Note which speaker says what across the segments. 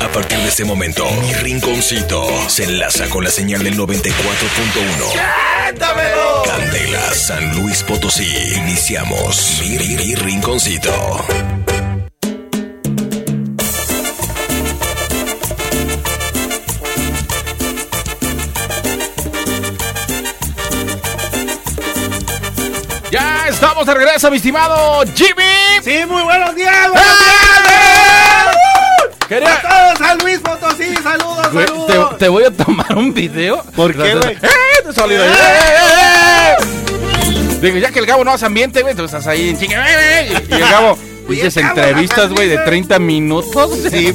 Speaker 1: A partir de este momento, mi rinconcito se enlaza con la señal del 94.1. Candela, San Luis Potosí. Iniciamos mi, mi- mi rinconcito.
Speaker 2: Ya estamos de regreso, mi estimado Jimmy.
Speaker 3: Sí, muy buenos días, buenos
Speaker 2: ¡Ah!
Speaker 3: días.
Speaker 2: Quería-
Speaker 3: A todos, San Luis Potosí, saludos,
Speaker 2: Güey,
Speaker 3: saludos.
Speaker 2: te, te voy a tomar un video.
Speaker 3: ¿Por qué, güey?
Speaker 2: ¡Eh! Te salió ahí. ¡Eh, eh, eh! Digo, ya que el Gabo no hace ambiente, güey, tú estás ahí en chinga. ¡eh, eh! Y el Gabo,
Speaker 3: Oye,
Speaker 2: dices
Speaker 3: Gabo,
Speaker 2: entrevistas, güey, de
Speaker 3: la camisa.
Speaker 2: 30 minutos. Sí,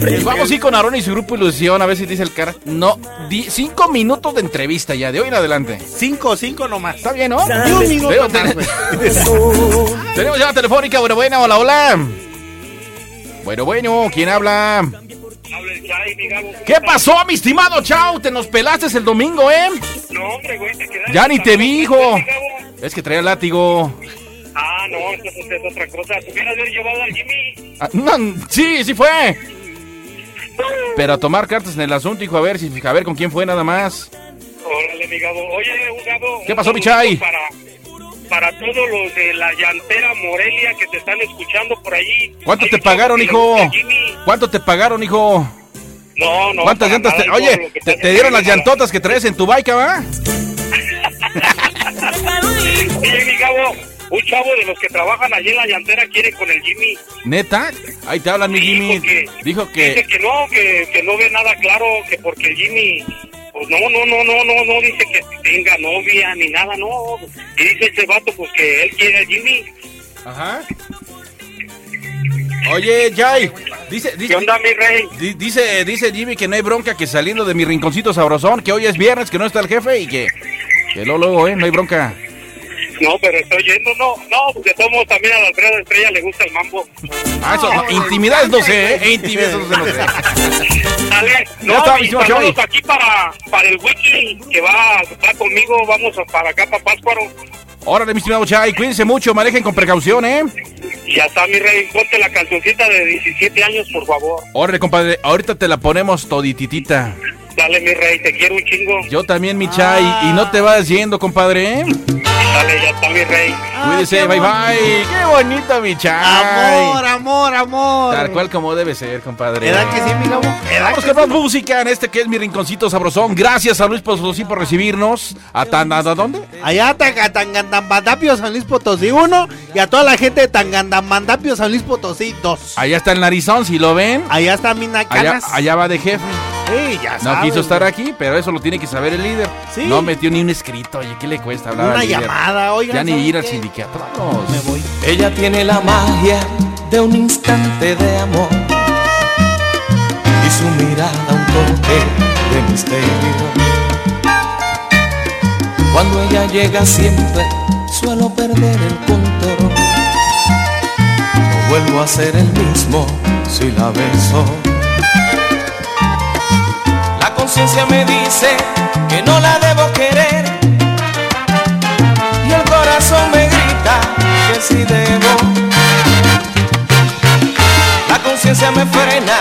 Speaker 2: Pues vamos sí con Aaron y su grupo Ilusión, a ver si dice el cara. No, 5 minutos de entrevista ya, de hoy en adelante.
Speaker 3: Cinco, cinco nomás.
Speaker 2: Está bien, ¿no?
Speaker 3: Y un minuto
Speaker 2: Veo,
Speaker 3: más,
Speaker 2: ten-
Speaker 3: güey.
Speaker 2: Tenemos llamada telefónica, bueno, bueno, hola, hola. Bueno, bueno, ¿quién habla?
Speaker 4: Habla el Chay, mi Gabo.
Speaker 2: ¿Qué pasó, mi estimado Chau? Te nos pelaste el domingo, ¿eh?
Speaker 4: No, hombre, güey, te quedaste.
Speaker 2: Ya ni te vi, hijo.
Speaker 4: Mi Gabo.
Speaker 2: Es que traía el látigo.
Speaker 4: Ah, no, entonces es otra cosa. Te hubieras llevado al Jimmy.
Speaker 2: Ah, no, sí, sí fue. Pero a tomar cartas en el asunto, hijo, a ver si a ver con quién fue nada más.
Speaker 4: Órale, mi Gabo. Oye, un Gabo.
Speaker 2: ¿Qué
Speaker 4: un
Speaker 2: pasó, mi
Speaker 4: saludo
Speaker 2: Chay?
Speaker 4: Para, para todos los de la llantera Morelia que te están escuchando por ahí.
Speaker 2: ¿Cuánto
Speaker 4: Hay
Speaker 2: te
Speaker 4: un chavo
Speaker 2: pagaron,
Speaker 4: que le
Speaker 2: hijo?
Speaker 4: gusta el Jimmy.
Speaker 2: ¿Cuánto te pagaron, hijo?
Speaker 4: No, no.
Speaker 2: ¿Cuántas
Speaker 4: para
Speaker 2: llantas
Speaker 4: nada,
Speaker 2: te.?
Speaker 4: hijo,
Speaker 2: Oye,
Speaker 4: lo que
Speaker 2: te,
Speaker 4: pasa
Speaker 2: te
Speaker 4: es
Speaker 2: dieron
Speaker 4: que-
Speaker 2: las llantotas que traes en tu bike, ¿va?
Speaker 4: Oye, mi Gabo. Un chavo de los que trabajan allí en la llantera quiere con el Jimmy.
Speaker 2: ¿Neta? Ahí te hablan, mi Jimmy. Dijo
Speaker 4: dice
Speaker 2: que.
Speaker 4: que no, que, que no ve nada claro, que porque el Jimmy, pues no, no, no, no, no, no dice que tenga novia ni nada, no. Y dice ese vato, pues que él quiere al Jimmy.
Speaker 2: Ajá. Oye, Jay. Dice,
Speaker 4: ¿Qué
Speaker 2: dice,
Speaker 4: onda, mi rey?
Speaker 2: di- dice, dice Jimmy que no hay bronca que saliendo de mi rinconcito sabrosón, que hoy es viernes, que no está el jefe y que. Que luego, luego, ¿eh? No hay bronca.
Speaker 4: No, pero estoy yendo, no, no, pues de todos modos también a la Alfredo Estrella le gusta el mambo.
Speaker 2: Ah, eso, no, intimidades no sé, ¿eh? Intimidades no sé.
Speaker 4: Dale,
Speaker 2: Ya
Speaker 4: no,
Speaker 2: está,
Speaker 4: y
Speaker 2: mi señor
Speaker 4: saludos
Speaker 2: Chavi.
Speaker 4: aquí para, para el wiki que va, va conmigo, vamos a- para acá, para Páscuaro.
Speaker 2: Órale, mi estimado Chay, cuídense mucho, manejen con precaución, ¿eh?
Speaker 4: Y ya está, mi rey, ponte la cancioncita de 17 años, por favor.
Speaker 2: Órale, compadre, ahorita te la ponemos todititita.
Speaker 4: Dale, mi rey, te quiero un chingo.
Speaker 2: Yo también, mi Chay, y no te vas yendo, compadre, ¿eh?
Speaker 4: Dale, ya está, mi rey.
Speaker 2: Cuídese, bye bye. Qué bonito, mi Chay.
Speaker 3: Amor, amor, amor.
Speaker 2: Tal cual como debe ser, compadre.
Speaker 3: ¿Edad que sí, mi Gabo? ¿Edad
Speaker 2: Vamos
Speaker 3: que
Speaker 2: con
Speaker 3: sí?
Speaker 2: más música en este que es mi rinconcito sabrosón. Gracias a Luis Potosí por recibirnos. ¿A tan, a, a dónde?
Speaker 3: Allá a Tangantamandapio, San Luis Potosí 1 y a toda la gente de Tangantamandapio, San Luis Potosí 2.
Speaker 2: Allá está el narizón, si lo ven.
Speaker 3: Allá está Mina
Speaker 2: Allá,
Speaker 3: Canas.
Speaker 2: allá va de jefe.
Speaker 3: Sí, ya
Speaker 2: No
Speaker 3: sabes,
Speaker 2: quiso estar
Speaker 3: güey.
Speaker 2: aquí, pero eso lo tiene que saber el líder.
Speaker 3: Sí.
Speaker 2: No metió ni un escrito. Oye, ¿qué le cuesta hablar
Speaker 3: Una
Speaker 2: al líder?
Speaker 3: llamada, oiga.
Speaker 2: Ya ni
Speaker 3: ¿saben
Speaker 2: ir al
Speaker 3: qué?
Speaker 2: sindicato.
Speaker 3: Me
Speaker 2: Vamos.
Speaker 3: voy.
Speaker 5: Ella tiene la magia de un instante de amor y su mirada un toque de misterio. Cuando ella llega siempre suelo perder el control. No vuelvo a ser el mismo si la beso. La conciencia me dice que no la debo querer y el corazón me grita que sí debo. La conciencia me frena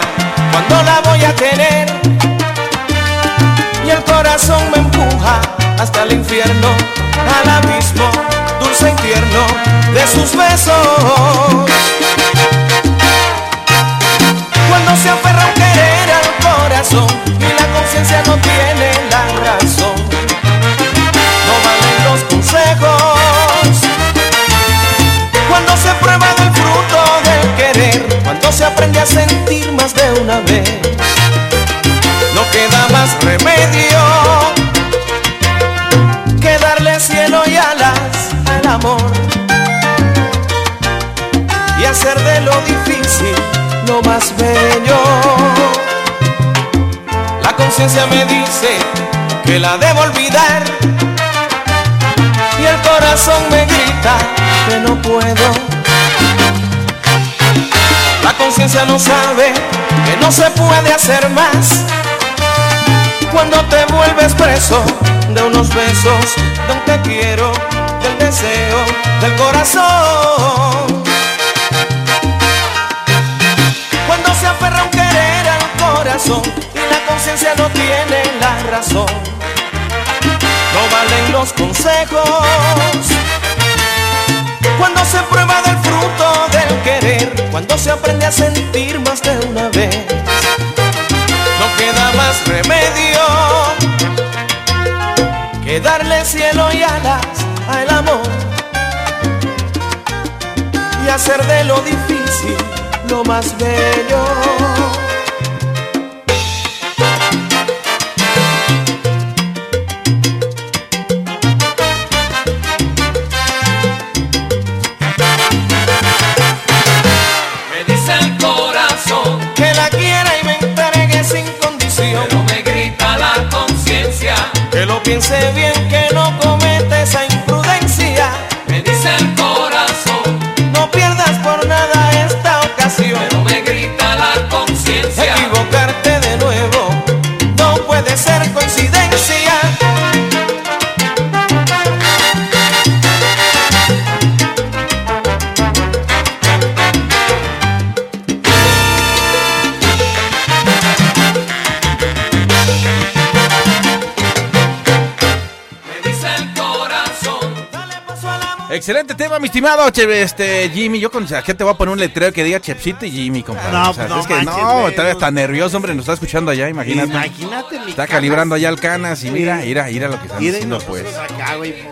Speaker 5: cuando la voy a tener y el corazón me empuja hasta el infierno, al abismo, dulce infierno de sus besos. Cuando se aferra un querer al corazón y la conciencia no tiene la razón, no valen los consejos. Cuando se prueba del fruto del querer, cuando se aprende a sentir más de una vez, no queda más remedio que darle cielo y alas al amor y así ella me dice que la debo olvidar. Y el corazón me grita que no puedo. La conciencia no sabe que no se puede hacer más. Cuando te vuelves preso de unos besos, de un te quiero, del deseo, del corazón. Cuando se aferra un querer al corazón y la conciencia no tiene la razón. No valen los consejos. Cuando se prueba del fruto del querer, cuando se aprende a sentir más de una vez, no queda más remedio que darle cielo y alas al amor y hacer de lo difícil lo más bello.
Speaker 6: Me dice el corazón,
Speaker 5: que la quiera y me entregue sin condición.
Speaker 6: pero me grita la conciencia.
Speaker 5: Que lo piense bien, que no cometa esa imprudencia.
Speaker 6: Me dice el corazón,
Speaker 5: No pierdas por nada esta ocasión.
Speaker 6: pero me grita la conciencia.
Speaker 5: Equivocarte de nuevo no puede ser coincidencia.
Speaker 6: Me dice el corazón,
Speaker 5: Dale paso al amor.
Speaker 2: Excelente tema, mi estimado che, este, Jimmy. Yo con aquí te voy a poner un letrero que diga Chepsito y Jimmy, compadre.
Speaker 3: No, pues
Speaker 2: O sea,
Speaker 3: no
Speaker 2: es que
Speaker 3: manches,
Speaker 2: no,
Speaker 3: güey.
Speaker 2: está está nervioso, hombre. Nos está escuchando allá, imagínate.
Speaker 3: Imagínate mi
Speaker 2: Está
Speaker 3: cara.
Speaker 2: calibrando allá Alcanas y mira, mira, mira lo que están
Speaker 3: Miren
Speaker 2: haciendo,
Speaker 3: nosotros
Speaker 2: pues.
Speaker 3: acá, güey, po.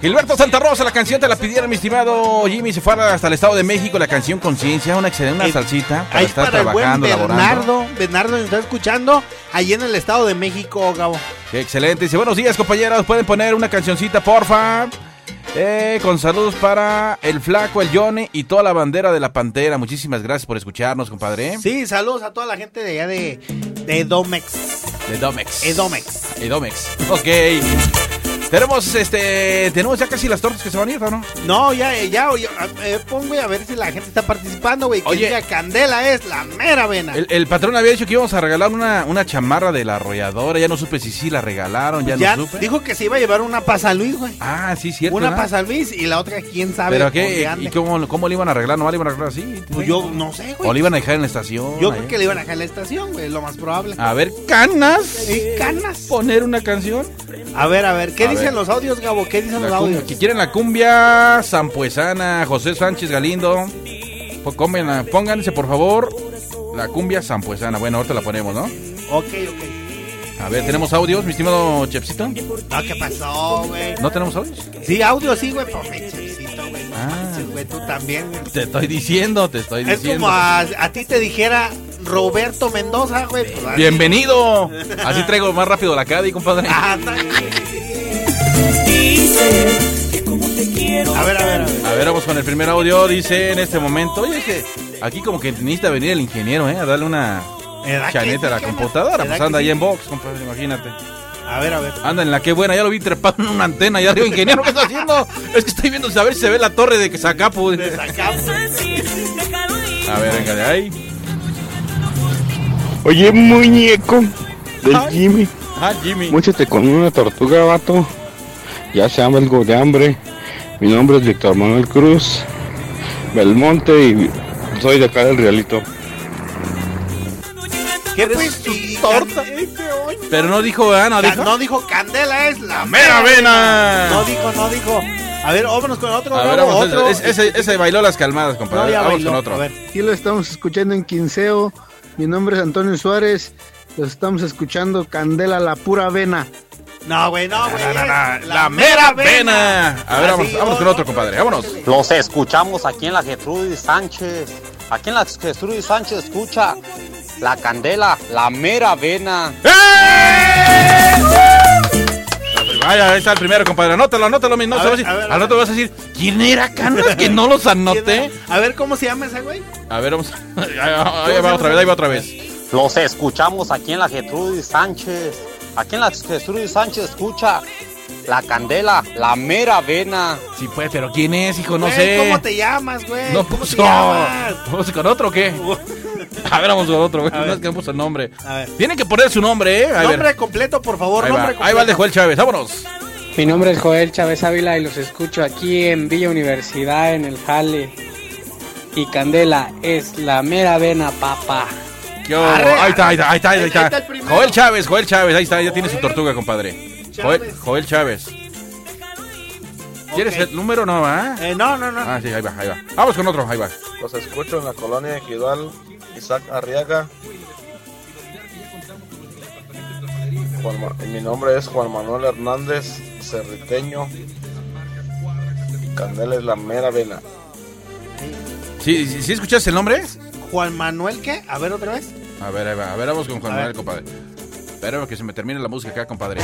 Speaker 2: Gilberto Santa Rosa, la canción te la pidieron, mi estimado Jimmy. Se fue hasta el Estado de México, la canción Conciencia, una excelente una
Speaker 3: Eh,
Speaker 2: salsita para
Speaker 3: Ahí
Speaker 2: estar
Speaker 3: para
Speaker 2: trabajando,
Speaker 3: el buen
Speaker 2: laborando.
Speaker 3: Bernardo. Bernardo nos está escuchando allí en el Estado de México, Gabo.
Speaker 2: Excelente. Dice, buenos días, compañeros. Pueden poner una cancioncita, porfa. Eh, con saludos para el flaco, el Johnny y toda la bandera de la pantera. Muchísimas gracias por escucharnos, compadre.
Speaker 3: Sí, saludos a toda la gente de allá de, de Edomex.
Speaker 2: De Domex.
Speaker 3: Edomex.
Speaker 2: Edomex. Ok. Tenemos este. Tenemos ya casi las tortas que se van a ir, ¿o no?
Speaker 3: No, ya, eh, ya, oye, a- eh, pon, güey, a ver si la gente está participando, güey. Que
Speaker 2: Oye.
Speaker 3: diga Candela es la mera vena.
Speaker 2: El, el patrón había dicho que íbamos a regalar una, una chamarra de la arrolladora. Ya no supe si sí la regalaron, ya,
Speaker 3: ya
Speaker 2: no supe.
Speaker 3: dijo que se iba a llevar una pasa Luis, güey.
Speaker 2: Ah, sí, cierto.
Speaker 3: Una
Speaker 2: ¿verdad?
Speaker 3: pasa Luis y la otra, quién sabe.
Speaker 2: ¿Pero
Speaker 3: dónde
Speaker 2: qué? eh,
Speaker 3: ande.
Speaker 2: ¿Y cómo, cómo le iban a arreglar? ¿No le iban a arreglar así?
Speaker 3: Pues yo no sé,
Speaker 2: ¿O le
Speaker 3: güey.
Speaker 2: iban a dejar en la estación?
Speaker 3: Yo
Speaker 2: ahí?
Speaker 3: creo que le iban a dejar la estación, güey, lo más probable.
Speaker 2: A ver, canas.
Speaker 3: Y canas.
Speaker 2: Poner una canción.
Speaker 3: A ver, a ver, ¿qué
Speaker 2: A
Speaker 3: dicen
Speaker 2: ver.
Speaker 3: los audios, Gabo? ¿Qué dicen los audios?
Speaker 2: que quieren la cumbia sampuesana, José Sánchez Galindo. Po- comen la- pónganse, por favor, la cumbia sampuesana. Bueno, ahorita la ponemos, ¿no?
Speaker 3: Ok, ok.
Speaker 2: A ver, ¿tenemos audios, mi estimado Chepsito?
Speaker 3: No, ¿qué pasó, güey?
Speaker 2: ¿No tenemos audios?
Speaker 3: Sí, audio sí, güey, pero me chapsito, güey. No
Speaker 2: Ah.
Speaker 3: manches, güey, tú también, güey.
Speaker 2: Te estoy diciendo, te estoy
Speaker 3: Es
Speaker 2: diciendo.
Speaker 3: como a, a ti te dijera Roberto Mendoza, güey. pues, así.
Speaker 2: ¡Bienvenido! Así traigo más rápido la Cadi, compadre.
Speaker 3: Ah, está bien. A ver, a ver, a ver.
Speaker 2: A ver, vamos con el primer audio. Dice en este momento, oye, es que aquí como que necesita venir el ingeniero, ¿eh? A darle una
Speaker 3: ¿Edad que
Speaker 2: chaneta a la
Speaker 3: sí, carnal?
Speaker 2: computadora. Pues
Speaker 3: ¿Edad
Speaker 2: anda
Speaker 3: que
Speaker 2: ahí
Speaker 3: sí?
Speaker 2: en box, compadre, imagínate.
Speaker 3: A ver, a ver.
Speaker 2: Anda en la que buena, ya lo vi trepado en una antena. Ya digo, ingeniero, ¿qué está haciendo? Es que estoy viendo a ver si se ve la torre de que Zacapu. A ver,
Speaker 3: Sacamos.
Speaker 2: venga de ahí.
Speaker 4: Oye, muñeco del
Speaker 2: Ay.
Speaker 4: Jimmy,
Speaker 2: Ah, Jimmy.
Speaker 4: múchate con una tortuga, vato. Ya se llama algo de hambre. Mi nombre es Víctor Manuel Cruz, Belmonte y soy de acá del Realito.
Speaker 3: ¿Qué pues tu torta?
Speaker 2: Pero no dijo, ¿verdad? No
Speaker 3: Ca-
Speaker 2: dijo.
Speaker 3: No dijo Candela, es la
Speaker 2: ¡Mera vena!
Speaker 3: No dijo, no dijo. A ver, vámonos con otro,
Speaker 2: A ver,
Speaker 3: Gabo,
Speaker 2: vamos,
Speaker 3: otro.
Speaker 2: ese, ese- ese bailó las calmadas,
Speaker 3: No,
Speaker 2: compadre.
Speaker 3: ya
Speaker 2: vamos
Speaker 3: bailó.
Speaker 2: con otro.
Speaker 3: A ver.
Speaker 7: Aquí lo estamos escuchando en Quinceo. Mi nombre es Antonio Suárez. Los estamos escuchando Candela la pura vena.
Speaker 3: No, güey, no, güey.
Speaker 2: Na, na, na,
Speaker 3: es
Speaker 2: la mera vena. A
Speaker 3: Así,
Speaker 2: ver, vamos, vamos con
Speaker 3: no,
Speaker 2: otro,
Speaker 3: no,
Speaker 2: compadre. Vámonos.
Speaker 8: Los escuchamos aquí en la Gertrudis Sánchez. Aquí en la Gertrudis Sánchez escucha la candela, la mera vena.
Speaker 2: ¡Eh! Vaya, ahí está el primero, compadre. Anótalo, anótalo, mi. No,
Speaker 3: A
Speaker 2: se va a
Speaker 3: ver,
Speaker 2: decir-
Speaker 3: a ver, a
Speaker 2: al
Speaker 3: ver.
Speaker 2: rato vas a decir, ¿quién era Canas que no los anoté?
Speaker 3: A ver, ¿cómo se llama ese güey?
Speaker 2: A ver, vamos. Ahí va otra vez, ahí va otra vez.
Speaker 8: Los escuchamos aquí en la Gertrudis Sánchez.
Speaker 9: Aquí en la Jesús Sánchez escucha la candela, la mera vena.
Speaker 2: Sí, pues, pero ¿quién es, hijo? No
Speaker 3: Güey,
Speaker 2: sé.
Speaker 3: Eh, ¿Cómo te llamas, güey?
Speaker 2: No
Speaker 3: ¿Cómo te
Speaker 2: puso.
Speaker 3: llamas?
Speaker 2: ¿Vamos con otro o qué? A ver, vamos con otro, güey. No es que no puso el nombre. Tienen que poner su nombre, ¿eh? A ver.
Speaker 3: Nombre completo, por favor,
Speaker 2: Ahí va.
Speaker 3: nombre completo.
Speaker 2: Ahí va el de Joel Chávez, vámonos.
Speaker 10: Mi nombre es Joel Chávez Ávila y los escucho aquí en Villa Universidad, en el Jale. Y Candela es la mera vena, papa.
Speaker 2: ¿Qué hubo?
Speaker 10: Arre,
Speaker 2: ahí está, ahí está, ahí está, ahí
Speaker 10: ahí
Speaker 2: está.
Speaker 10: está el primero.
Speaker 2: Joel Chávez, Joel Chávez, ahí está, ya tiene su tortuga, compadre. Joel,
Speaker 3: Chávez.
Speaker 2: Joel Chávez. ¿Quieres el número o no, ah?
Speaker 3: Eh, no, no, no.
Speaker 2: Ah, sí, ahí va, ahí va. Vamos con otro, ahí va.
Speaker 11: Los escucho en la colonia Equidal, Isaac Arriaga. Juan Ma- mi nombre es Juan Manuel Hernández Cerriteño. Candela es la mera vena.
Speaker 2: ¿Sí, sí, sí escuchaste el nombre?
Speaker 3: Juan Manuel, ¿qué? A ver otra vez.
Speaker 2: A ver, ahí va, a ver, vamos con Juan
Speaker 3: A
Speaker 2: Manuel,
Speaker 3: ver.
Speaker 2: compadre. Espera que se me termine la música acá, compadre.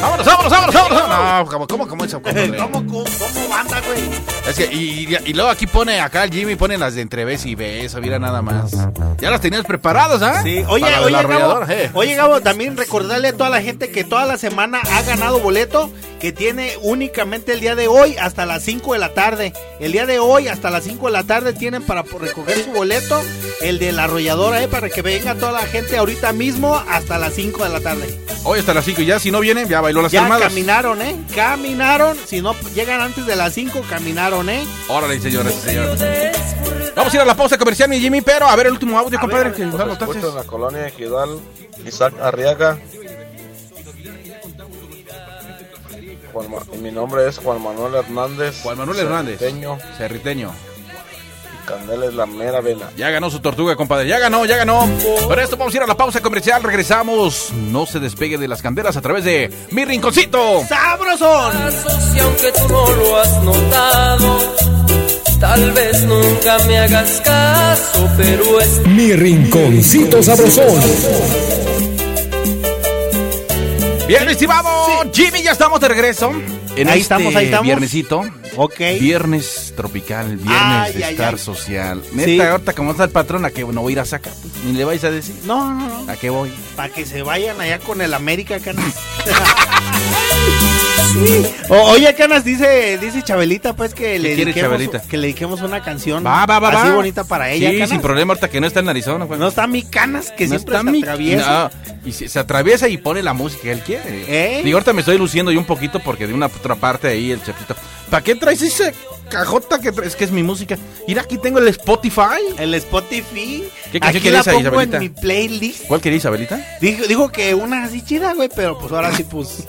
Speaker 2: ¡Vámonos, vámonos, vámonos, vámonos! No, ¿cómo, cómo, cómo es, compadre?
Speaker 3: ¿Cómo, cómo, cómo anda, güey?
Speaker 2: Es que, y, y- y luego aquí pone, acá el Jimmy pone las de entre vez y beso, mira nada más. Ya las tenías preparadas, ¿ah?
Speaker 3: Sí, Oye,
Speaker 2: Para la
Speaker 3: oye, Gabo,
Speaker 2: arrolladora, eh.
Speaker 3: oye, Gabo, también recordarle a toda la gente que toda la semana ha ganado boleto que tiene únicamente el día de hoy hasta las 5 de la tarde. El día de hoy hasta las 5 de la tarde tienen para po- recoger su boleto, el de la arrolladora, eh, para que venga toda la gente ahorita mismo hasta las 5 de la tarde.
Speaker 2: Hoy hasta las 5 y ya si no vienen, ya bailó las
Speaker 3: ya
Speaker 2: armadas.
Speaker 3: caminaron, ¿eh? Caminaron. Si no llegan antes de las 5, caminaron, ¿eh?
Speaker 2: Órale, señoras y señores. Vamos a ir a la pausa comercial, mi Jimmy, pero a ver el último audio, compadre. que
Speaker 11: Los
Speaker 2: nos
Speaker 11: escucho en la colonia Equidal, Isaac Arriaga. Juan Ma- y mi nombre es Juan Manuel Hernández.
Speaker 2: Juan Manuel Hernández.
Speaker 11: Cerriteño.
Speaker 2: Cerriteño.
Speaker 11: Candela es la mera vena.
Speaker 2: Ya ganó su tortuga, compadre. Ya ganó, ya ganó. Pero esto vamos a ir a la pausa comercial. Regresamos. No se despegue de las candelas a través de mi rinconcito.
Speaker 3: ¡Sabrosón!
Speaker 12: Si aunque tú no lo has notado, tal vez nunca me hagas caso, pero es
Speaker 1: Mi rinconcito sabrosón.
Speaker 2: Bien, estimado Jimmy, ya estamos de regreso. En
Speaker 3: Ahí
Speaker 2: este
Speaker 3: estamos, ahí estamos.
Speaker 2: Viernesito.
Speaker 3: Ok.
Speaker 2: Viernes tropical, viernes
Speaker 3: Ay,
Speaker 2: de
Speaker 3: ay,
Speaker 2: estar
Speaker 3: ay.
Speaker 2: social. Neta,
Speaker 3: Sí.
Speaker 2: ahorita como está el patrón, a que no voy a ir a sacar. Ni le vais a decir.
Speaker 3: No, no, no.
Speaker 2: ¿A qué voy?
Speaker 3: Para que se vayan allá con el América, Canas. Sí. O- oye, Canas, dice, dice Chabelita, pues que le,
Speaker 2: quiere
Speaker 3: dediquemos-
Speaker 2: Chabelita?
Speaker 3: que le dediquemos una canción
Speaker 2: Va, va, va,
Speaker 3: así
Speaker 2: va.
Speaker 3: bonita para ella,
Speaker 2: Sí,
Speaker 3: Canas.
Speaker 2: sin problema, ahorita que no está en Arizona. Juan.
Speaker 3: No está mi Canas, que
Speaker 2: No
Speaker 3: siempre
Speaker 2: está
Speaker 3: se
Speaker 2: mi-
Speaker 3: atraviesa.
Speaker 2: No, y se, se atraviesa y pone la música que él quiere.
Speaker 3: ¿Eh?
Speaker 2: Digo, ahorita me estoy luciendo yo un poquito porque de una otra parte ahí el chapito. ¿Para qué traes esa cajota que traes? Es que es mi música. Mira, aquí tengo el Spotify.
Speaker 3: El Spotify.
Speaker 2: ¿Qué canción
Speaker 3: Aquí la
Speaker 2: quieres ahí,
Speaker 3: pongo
Speaker 2: Chabelita?
Speaker 3: en mi playlist.
Speaker 2: ¿Cuál quería Isabelita?
Speaker 3: Dijo, dijo que una así chida, güey, pero pues ahora sí, pues.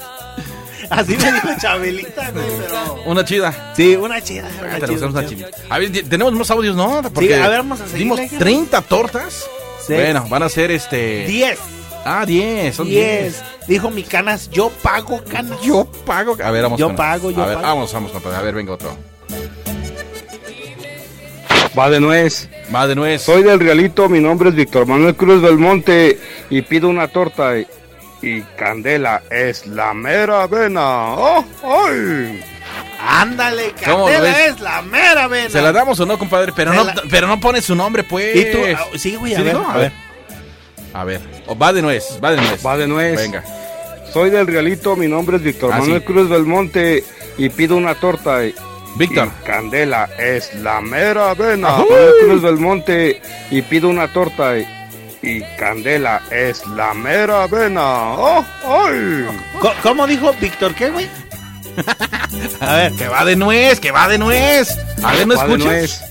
Speaker 3: Así me dijo Chabelita, güey, pero.
Speaker 2: Una chida.
Speaker 3: Sí, una chida. Una
Speaker 2: Ah, te
Speaker 3: chida,
Speaker 2: buscamos una
Speaker 3: chida.
Speaker 2: chida. A ver, di- tenemos más audios, ¿no? Porque
Speaker 3: a ver, vamos a seguirle,
Speaker 2: Dimos
Speaker 3: hija.
Speaker 2: 30 tortas.
Speaker 3: Sí.
Speaker 2: Bueno, van a ser este.
Speaker 3: 10.
Speaker 2: Ah, 10. Son
Speaker 3: 10.
Speaker 2: 10.
Speaker 3: Dijo mi canas, yo pago canas.
Speaker 2: Yo pago. A ver, vamos.
Speaker 3: Yo
Speaker 2: con-
Speaker 3: pago, yo
Speaker 2: A ver,
Speaker 3: pago.
Speaker 2: vamos, vamos, compadre. A ver, venga otro.
Speaker 4: Va de nuez.
Speaker 2: Va de nuez.
Speaker 4: Soy del Realito, mi nombre es Víctor Manuel Cruz Belmonte y pido una torta y, y Candela es la mera vena. ¡Oh, ay!
Speaker 3: Ándale,
Speaker 2: ¿Cómo lo
Speaker 3: Candela
Speaker 2: ves?
Speaker 3: es la mera vena.
Speaker 2: ¿Se la damos o no, compadre? Pero
Speaker 3: Se
Speaker 2: no,
Speaker 3: la-
Speaker 2: pero no pone su nombre, pues.
Speaker 3: Y tú, ah, sí, güey, a ver,
Speaker 2: digo?
Speaker 3: a ver.
Speaker 2: A ver. O va de nuez, va de nuez.
Speaker 4: Va de nuez.
Speaker 2: Venga.
Speaker 4: Soy del Realito, mi nombre es Víctor
Speaker 2: Ah,
Speaker 4: Manuel
Speaker 2: sí.
Speaker 4: Cruz Belmonte y pido una torta y,
Speaker 2: Víctor.
Speaker 4: y Candela es la mera vena.
Speaker 2: Ajá.
Speaker 4: Manuel Cruz Belmonte y pido una torta y, y Candela es la mera vena. ¡Oh, ay!
Speaker 3: Co- ¿Cómo dijo Víctor qué, güey?
Speaker 2: A ver. Que va de nuez, que va de nuez. A ver, no
Speaker 4: Padre
Speaker 2: escuches.
Speaker 4: Nuez.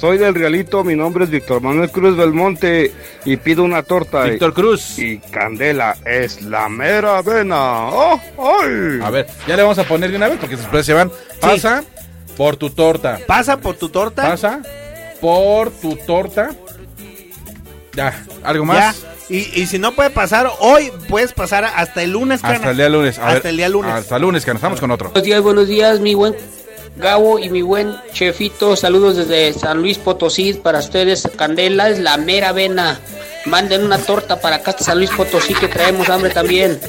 Speaker 4: Soy del Realito, mi nombre es Víctor Manuel Cruz Belmonte y pido una torta. y-
Speaker 2: Víctor Cruz.
Speaker 4: Y Candela es la mera vena. ¡Oh, ay!
Speaker 2: A ver, ya le vamos a poner de una vez porque después se van. Pasa por tu torta.
Speaker 3: Pasa por tu torta.
Speaker 2: Pasa por tu torta. Ya, ¿algo más?
Speaker 3: Ya. Y, y si no puede pasar hoy, puedes pasar hasta el lunes, canas.
Speaker 2: Hasta el día lunes. A
Speaker 3: Hasta
Speaker 2: ver,
Speaker 3: el día lunes.
Speaker 2: Hasta el lunes, que nos vamos con otro.
Speaker 10: Buenos días, buenos días, mi buen Gabo y mi buen Chefito. Saludos desde San Luis Potosí para ustedes. Candela es la mera vena. Manden una torta para acá hasta San Luis Potosí que traemos hambre también.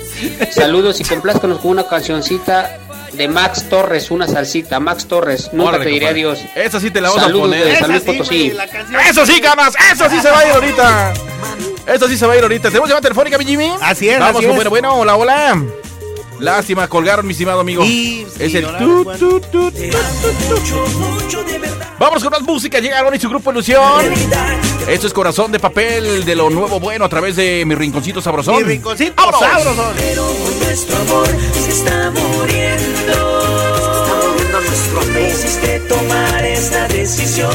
Speaker 10: Saludos y complázcanos con una cancioncita de Max Torres, una salsita. Max Torres, nunca
Speaker 2: Órale,
Speaker 10: te diré
Speaker 2: compadre.
Speaker 10: adiós.
Speaker 2: Esa sí te la vamos
Speaker 10: Saludos
Speaker 2: a poner.
Speaker 10: desde San
Speaker 3: Esa
Speaker 10: Luis
Speaker 3: sí,
Speaker 10: Potosí.
Speaker 3: güey, la canción.
Speaker 2: Eso sí, canas, eso sí se va a ir ahorita. Esto sí se va a ir ahorita. ¿Tenemos llamada telefónica, mi Jimmy?
Speaker 3: Así es,
Speaker 2: Vamos,
Speaker 3: así es.
Speaker 2: bueno, bueno, hola, hola. Lástima, colgaron, mi estimado amigo.
Speaker 3: Y-
Speaker 2: es
Speaker 3: y
Speaker 2: el
Speaker 3: ahora,
Speaker 2: tu,
Speaker 3: bueno.
Speaker 2: tu, tu, tu, tu, tu. Vamos con más música. Llega Aaron y su grupo Ilusión. Esto es Corazón de Papel de lo nuevo bueno a través de mi rinconcito sabrosón.
Speaker 3: Mi rinconcito
Speaker 2: ¡Vámonos!
Speaker 3: sabrosón.
Speaker 5: Pero hoy nuestro amor se está muriendo. Se está muriendo nuestro amor. Me hiciste tomar esta decisión.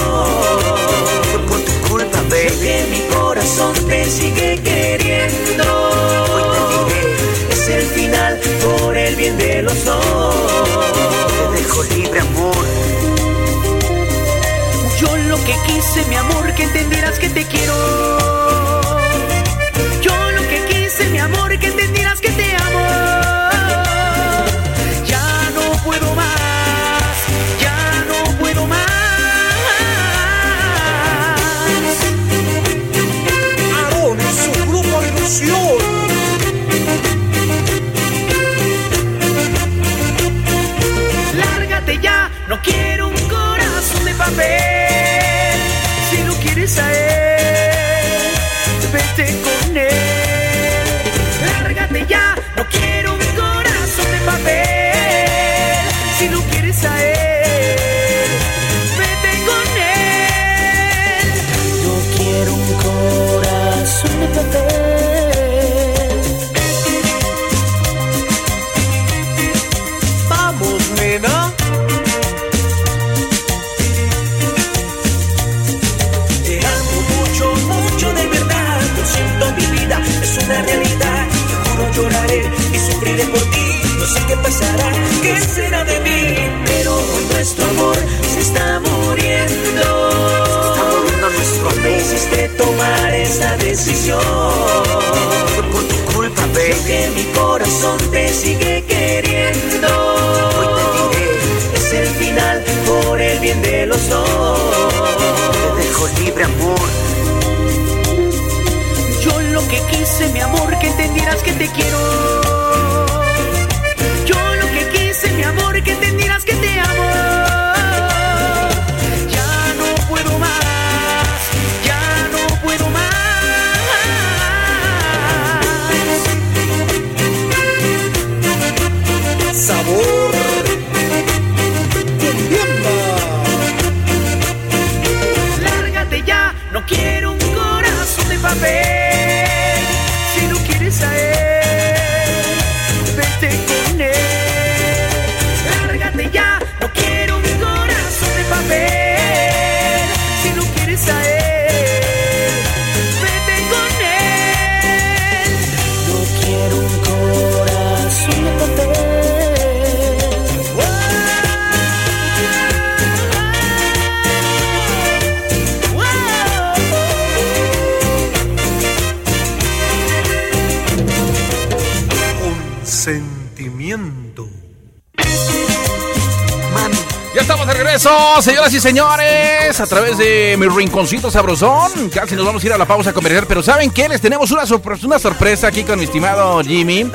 Speaker 5: Fue por tu culpa, baby. Sé que mi corazón te sigue queriendo. Hoy te diré, es el final por el bien de los dos. Te dejo libre, amor. Yo lo que quise, mi amor, que entendieras que te quiero. Yo lo que quise, mi amor, que entendieras que te amo. Ya no puedo más, ya no puedo más. Aarón en su grupo ilusión. Lárgate ya, no quiero un corazón de papel. Si no quieres a él, vete con él. Lárgate ya, no quiero un corazón de papel. Si no quieres a él, vete con él. No quiero un corazón de papel. Vamos, nena. Te amo mucho, mucho de verdad. Lo siento, mi vida es una realidad. Te juro lloraré y sufriré por ti. No sé qué pasará, qué será de mí. Pero hoy nuestro amor se está muriendo. Se está muriendo nuestro amor. Me hiciste tomar esa decisión. Fue por tu culpa, baby. Sé que mi corazón te sigue queriendo. Hoy te diré, es el final por el bien de los dos. Te dejo libre, amor. Yo lo que quise, mi amor, que entendieras que te quiero. Yo lo que quise, mi amor, que entendieras que te amo. Ya no puedo más, ya no puedo más. Sabor. Lárgate ya, no quiero un corazón de papel. Si no quieres a él, vete con él. Lárgate ya, no quiero un corazón de papel. Si no quieres a él, vete con él. No quiero un corazón de papel.
Speaker 13: Sentimiento.
Speaker 2: Ya estamos de regreso, señoras y señores, a través de mi rinconcito sabrosón. Casi nos vamos a ir a la pausa comercial, pero ¿saben qué? Les tenemos una, sorpre- una sorpresa aquí con mi estimado Jimmy.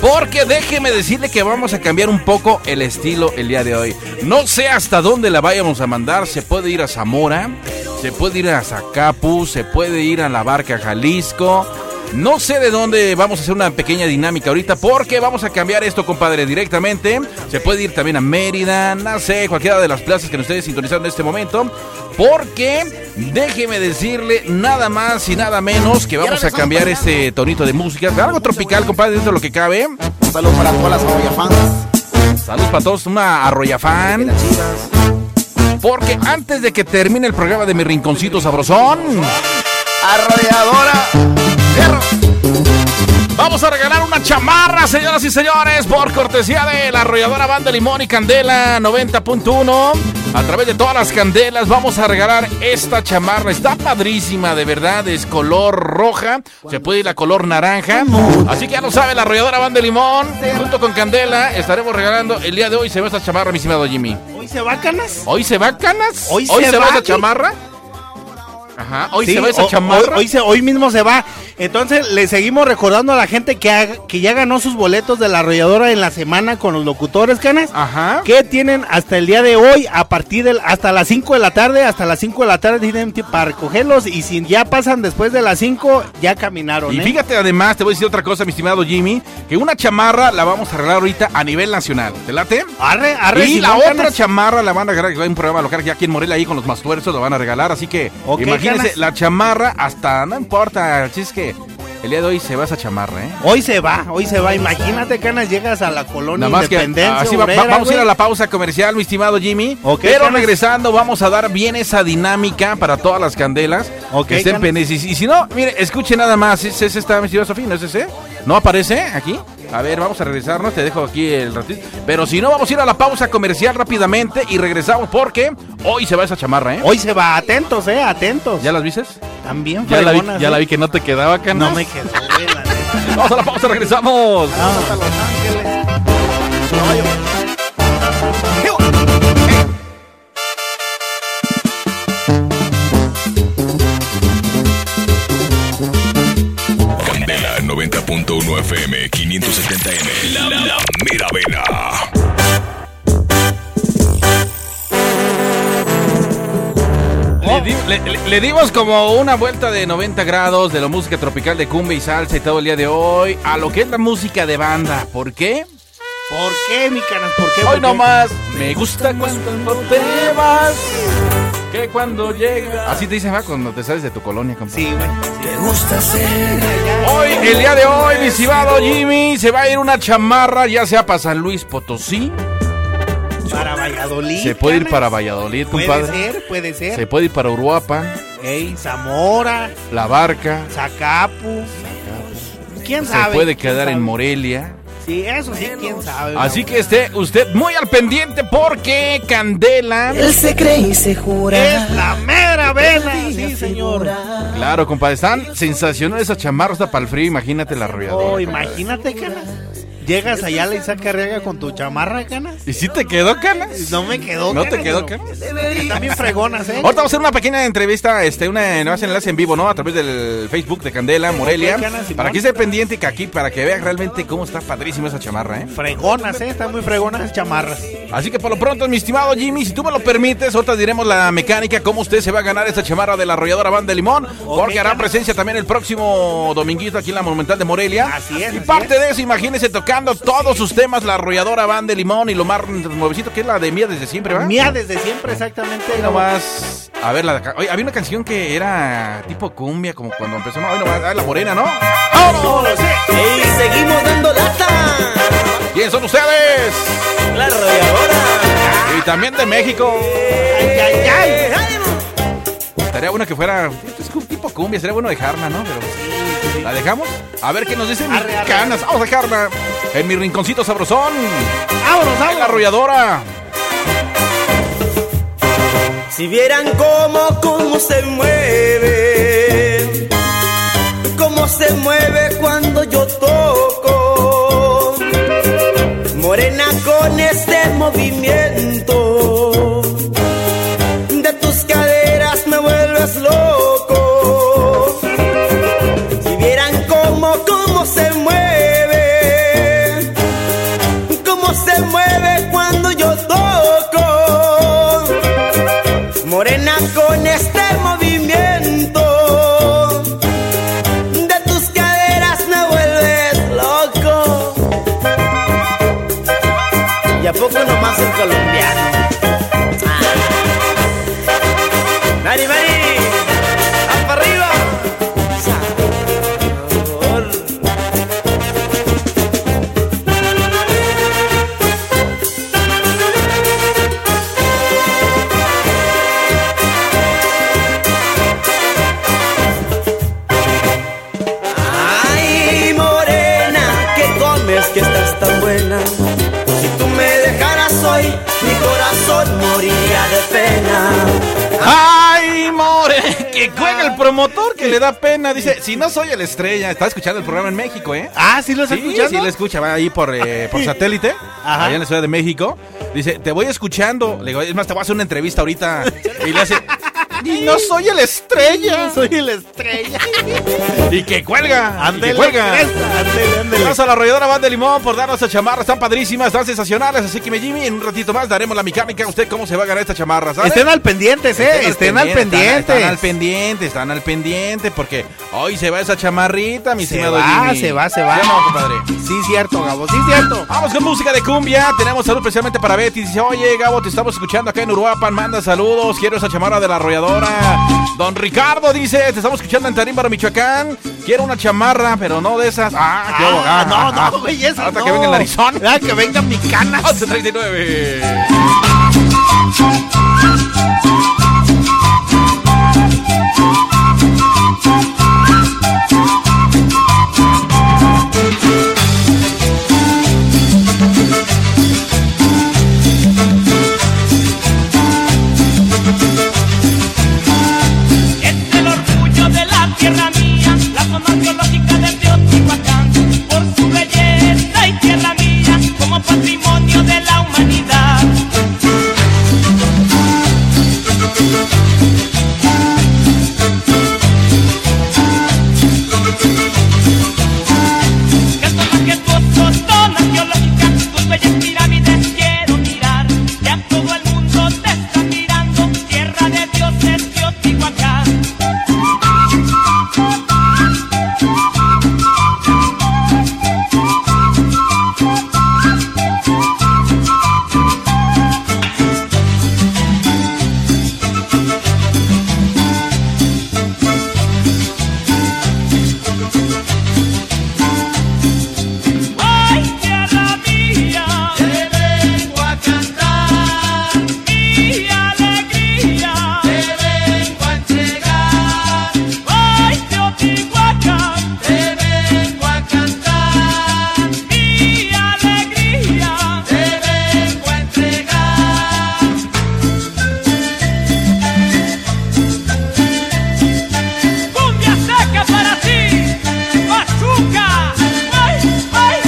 Speaker 2: Porque déjeme decirle que vamos a cambiar un poco el estilo el día de hoy. No sé hasta dónde la vayamos a mandar. Se puede ir a Zamora, se puede ir a Zacapu, se puede ir a la barca Jalisco. No sé de dónde vamos a hacer una pequeña dinámica ahorita porque vamos a cambiar esto, compadre, directamente. Se puede ir también a Mérida, no sé, cualquiera de las plazas que nos ustedes sintonizaron en este momento. Porque déjeme decirle nada más y nada menos que vamos a cambiar este tonito de música. Algo tropical, compadre, dentro de lo que cabe.
Speaker 14: Saludos para todas las arroyafans.
Speaker 2: Saludos para todos, una arroyafan. Porque antes de que termine el programa de mi rinconcito sabrosón,
Speaker 14: Arrolladora.
Speaker 2: Vamos a regalar una chamarra, señoras y señores, por cortesía de la arrolladora Banda Limón y Candela 90.1. A través de todas las candelas vamos a regalar esta chamarra. Está padrísima, de verdad, es color roja. Se puede ir a color naranja. Así que ya lo sabe, la arrolladora Banda Limón, junto con Candela, estaremos regalando el día de hoy. Se va esta chamarra, mi estimado Jimmy.
Speaker 3: ¿Hoy se va, Canas?
Speaker 2: ¿Hoy se va, Canas?
Speaker 3: ¿Hoy se
Speaker 2: se va
Speaker 3: va,
Speaker 2: esta
Speaker 3: Jimmy?
Speaker 2: chamarra? Ajá. Hoy
Speaker 3: Sí,
Speaker 2: se va esa
Speaker 3: ho-
Speaker 2: chamarra.
Speaker 3: Hoy, hoy se- hoy mismo se va. Entonces le seguimos recordando a la gente que, ha- que ya ganó sus boletos de la arrolladora en la semana con los locutores, canas.
Speaker 2: Ajá.
Speaker 3: Que tienen hasta el día de hoy, a partir del, hasta las 5 de la tarde, hasta las 5 de la tarde tienen tiempo para recogerlos. Y si ya pasan después de las 5, ya caminaron.
Speaker 2: Y
Speaker 3: ¿eh?
Speaker 2: fíjate además, te voy a decir otra cosa, mi estimado Jimmy, que una chamarra la vamos a arreglar ahorita a nivel nacional. ¿Te late?
Speaker 3: Arre, arre,
Speaker 2: Y
Speaker 3: Simón,
Speaker 2: la otra
Speaker 3: canas.
Speaker 2: chamarra la van a regalar, que va a un programa local ya aquí en Morelia, ahí con los más tuerzos, la van a regalar. Así que
Speaker 3: Ok,
Speaker 2: imagínense,
Speaker 3: canas.
Speaker 2: la chamarra hasta, no importa, el chiste es que el día de hoy se va esa chamarra, ¿eh?
Speaker 3: Hoy se va, hoy se va. Imagínate, canas, llegas a la colonia
Speaker 2: Nada más que
Speaker 3: Independencia.
Speaker 2: así va- va-
Speaker 3: Obrera,
Speaker 2: vamos a ir
Speaker 3: güey.
Speaker 2: a la pausa comercial, mi estimado Jimmy.
Speaker 3: Ok,
Speaker 2: Pero
Speaker 3: Canas.
Speaker 2: regresando, vamos a dar bien esa dinámica para todas las candelas.
Speaker 3: Ok,
Speaker 2: que estén
Speaker 3: Canas.
Speaker 2: pendientes. Y, y si no, mire, escuche nada más. ¿Es, es esta, mi estimado Sofía? ¿No es ese? ¿No aparece aquí? A ver, vamos a regresarnos. Te dejo aquí el ratito. Pero si no, vamos a ir a la pausa comercial rápidamente y regresamos porque hoy se va esa chamarra, ¿eh?
Speaker 3: Hoy se va, atentos, eh, atentos.
Speaker 2: ¿Ya las viste?
Speaker 3: También,
Speaker 2: Ya la vi,
Speaker 3: fregonas,
Speaker 2: ya
Speaker 3: ¿eh?
Speaker 2: la vi que no te quedaba, canas.
Speaker 3: No me quedó.
Speaker 2: Vamos a la pausa, regresamos.
Speaker 3: Ah.
Speaker 1: Candela 90.1 FM 570M. La, la, la mera vena.
Speaker 3: Oh.
Speaker 2: Le, di- le- le- le dimos como una vuelta de 90 grados de la música tropical de cumbia y salsa y todo el día de hoy a lo que es la música de banda. ¿Por qué?
Speaker 3: ¿Por qué, mi canas? ¿Por qué?
Speaker 2: Hoy
Speaker 3: ¿Por qué?
Speaker 2: nomás me gusta cuando te vas, que cuando llegas. Así te dicen, va, cuando te sales de tu colonia, compadre.
Speaker 3: Sí, güey.
Speaker 2: Te gusta ser Hoy, el día de hoy, mi cibado Jimmy, se va a ir una chamarra, ya sea para San Luis Potosí.
Speaker 3: Para Valladolid.
Speaker 2: Se puede ir
Speaker 3: canas.
Speaker 2: para Valladolid,
Speaker 3: Puede
Speaker 2: compadre.
Speaker 3: ser, puede ser.
Speaker 2: Se puede ir para Uruapan,
Speaker 3: Ey, Zamora,
Speaker 2: La Barca.
Speaker 3: Zacapu. ¿Quién
Speaker 2: Se
Speaker 3: sabe?
Speaker 2: puede
Speaker 3: ¿Quién
Speaker 2: quedar en
Speaker 3: sabe?
Speaker 2: Morelia.
Speaker 3: Sí, eso sí, quién sabe.
Speaker 2: Así que esté usted muy al pendiente porque Candela.
Speaker 3: se jura. Es la mera vena. Sí, señor.
Speaker 2: Claro, compadre, están sensacionales esas chamarras hasta para el frío. Imagínate la arrolladora.
Speaker 3: Oh,
Speaker 2: compadre.
Speaker 3: imagínate, canas. Llegas allá a la Isaac Arriaga con tu chamarra, canas.
Speaker 2: ¿Y si te quedó, Canas?
Speaker 3: No me quedó.
Speaker 2: ¿No te
Speaker 3: canas,
Speaker 2: quedó,
Speaker 3: pero-
Speaker 2: Canas?
Speaker 3: Están bien fregonas, ¿eh?
Speaker 2: Ahorita vamos a hacer una pequeña entrevista, este, una nueva enlace en vivo, ¿no? A través del Facebook de Candela, Morelia.
Speaker 3: Ok, Canas, Simón.
Speaker 2: Para que esté pendiente que aquí, para que veas realmente cómo está padrísima esa chamarra, ¿eh?
Speaker 3: Fregonas, ¿eh? Están muy fregonas esas chamarras.
Speaker 2: Así que por lo pronto, mi estimado Jimmy, si tú me lo permites, ahorita diremos la mecánica, cómo usted se va a ganar esta chamarra de la arrolladora Banda de Limón, porque hará presencia también el próximo dominguito aquí en la Monumental de Morelia. Así es. Y parte de eso, imagínese tocando todos sus temas, la arrolladora Banda de Limón y lo más nuevecito que es la de Mía desde siempre, ¿verdad?
Speaker 3: Mía desde siempre, exactamente.
Speaker 2: Hoy nomás. A ver, la de acá. Oye, había una canción que era tipo cumbia, como cuando empezó. No, hoy nomás, ah, la morena, ¿no?
Speaker 5: Y seguimos dando lata.
Speaker 2: ¿Quién son ustedes?
Speaker 5: La arrolladora.
Speaker 2: Y también de México.
Speaker 3: eh,
Speaker 5: Ay, ay, ay.
Speaker 2: Estaría bueno que fuera es como tipo cumbia, sería bueno dejarla, ¿no? Pero ¿La dejamos? A ver qué nos dicen mis canas. Vamos a dejarla en mi rinconcito sabrosón.
Speaker 3: ¡Vámonos,
Speaker 2: La arrolladora.
Speaker 5: Si vieran cómo, cómo se mueve, cómo se mueve cuando yo toco. Morena con este movimiento, de tus caderas me vuelves loco. Si vieran cómo, cómo se mueve, cómo se mueve cuando yo toco. Morena con este movimiento de tus caderas me vuelves loco. Y a poco nomás el colombiano. Ah. Mari, Mari, hasta arriba. Sabor. Ay, morena, ¿qué comes que estás tan buena? Si tú me dejaras hoy, mi corazón moriría de pena.
Speaker 2: ¡Ay, more! Que juega el promotor que le da pena. Dice, si no soy el estrella, está escuchando el programa en México, ¿eh?
Speaker 3: Ah, sí lo está escuchando?
Speaker 2: Sí, lo escucha, va ahí por, eh, por satélite, allá en la Ciudad de México. Dice, te voy escuchando. Le digo, es más, te voy a hacer una entrevista ahorita. Y le hace. No soy el estrella.
Speaker 3: Soy el estrella.
Speaker 2: Y que cuelga. y
Speaker 3: Ándele,
Speaker 2: que cuelga.
Speaker 3: cresta, ándele, ándele.
Speaker 2: Gracias a la arrolladora Van de Limón por darnos esta chamarra. Están padrísimas, están sensacionales. Así que, mi Jimmy, en un ratito más daremos la mecánica a usted cómo se va a ganar esta chamarra. ¿sale?
Speaker 3: Estén al pendientes, eh. Estén al pendientes.
Speaker 2: Están, al pendiente, están al pendiente. Porque hoy se va esa chamarrita, mi
Speaker 3: Se
Speaker 2: estimado
Speaker 3: va,
Speaker 2: Jimmy.
Speaker 3: se va, se va.
Speaker 2: ¿Sí o no, compadre?
Speaker 3: Sí, cierto, Gabo, sí, cierto.
Speaker 2: Vamos con música de cumbia. Tenemos salud especialmente para Betty. Dice, oye, Gabo, te estamos escuchando acá en Uruapan. Manda saludos. Quiero esa chamarra de la arrolladora. Don Ricardo dice, te estamos escuchando en Tarímbaro, Michoacán. Quiero una chamarra, pero no de esas. Ah, qué hago? Ah,
Speaker 3: no,
Speaker 2: ah,
Speaker 3: no, güey, esa
Speaker 2: Hasta
Speaker 3: no.
Speaker 2: que venga el narizón.
Speaker 3: Ah, que venga mi cana.
Speaker 2: 1139.
Speaker 6: Es el orgullo de la tierra mía, la zona arqueológica de Río Tihuacán, por su belleza y tierra mía, como patrimonio de la humanidad. Que son más que fotos, son arqueológicas, tus bellas pirámides quiero mirar, ya todo el mundo te está mirando, tierra de dioses, Río Tihuacán. ¡Ay, tierra mía! Te vengo a cantar mi alegría. Te vengo a entregar. ¡Ay, Teotihuacán! Te vengo a cantar mi alegría. Te vengo a entregar. ¡Cumbia seca para ti! ¡Pachuca! ¡Ay, ay!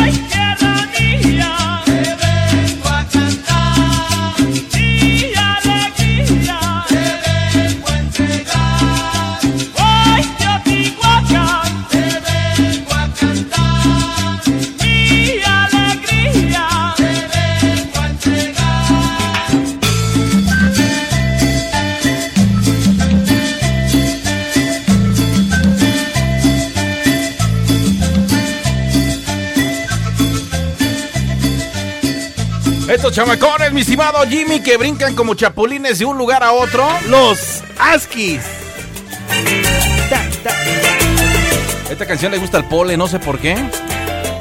Speaker 6: ¡Ay, tierra mía! Te vengo a cantar mi alegría. Te vengo a entregar. ¡Ay, Teotihuacán! Te vengo a cantar mi alegría. Te vengo a entregar.
Speaker 2: Estos chamacones, mi estimado Jimmy, que brincan como chapulines de un lugar a otro.
Speaker 3: Los Askis.
Speaker 2: Esta canción le gusta al pole, no sé por qué.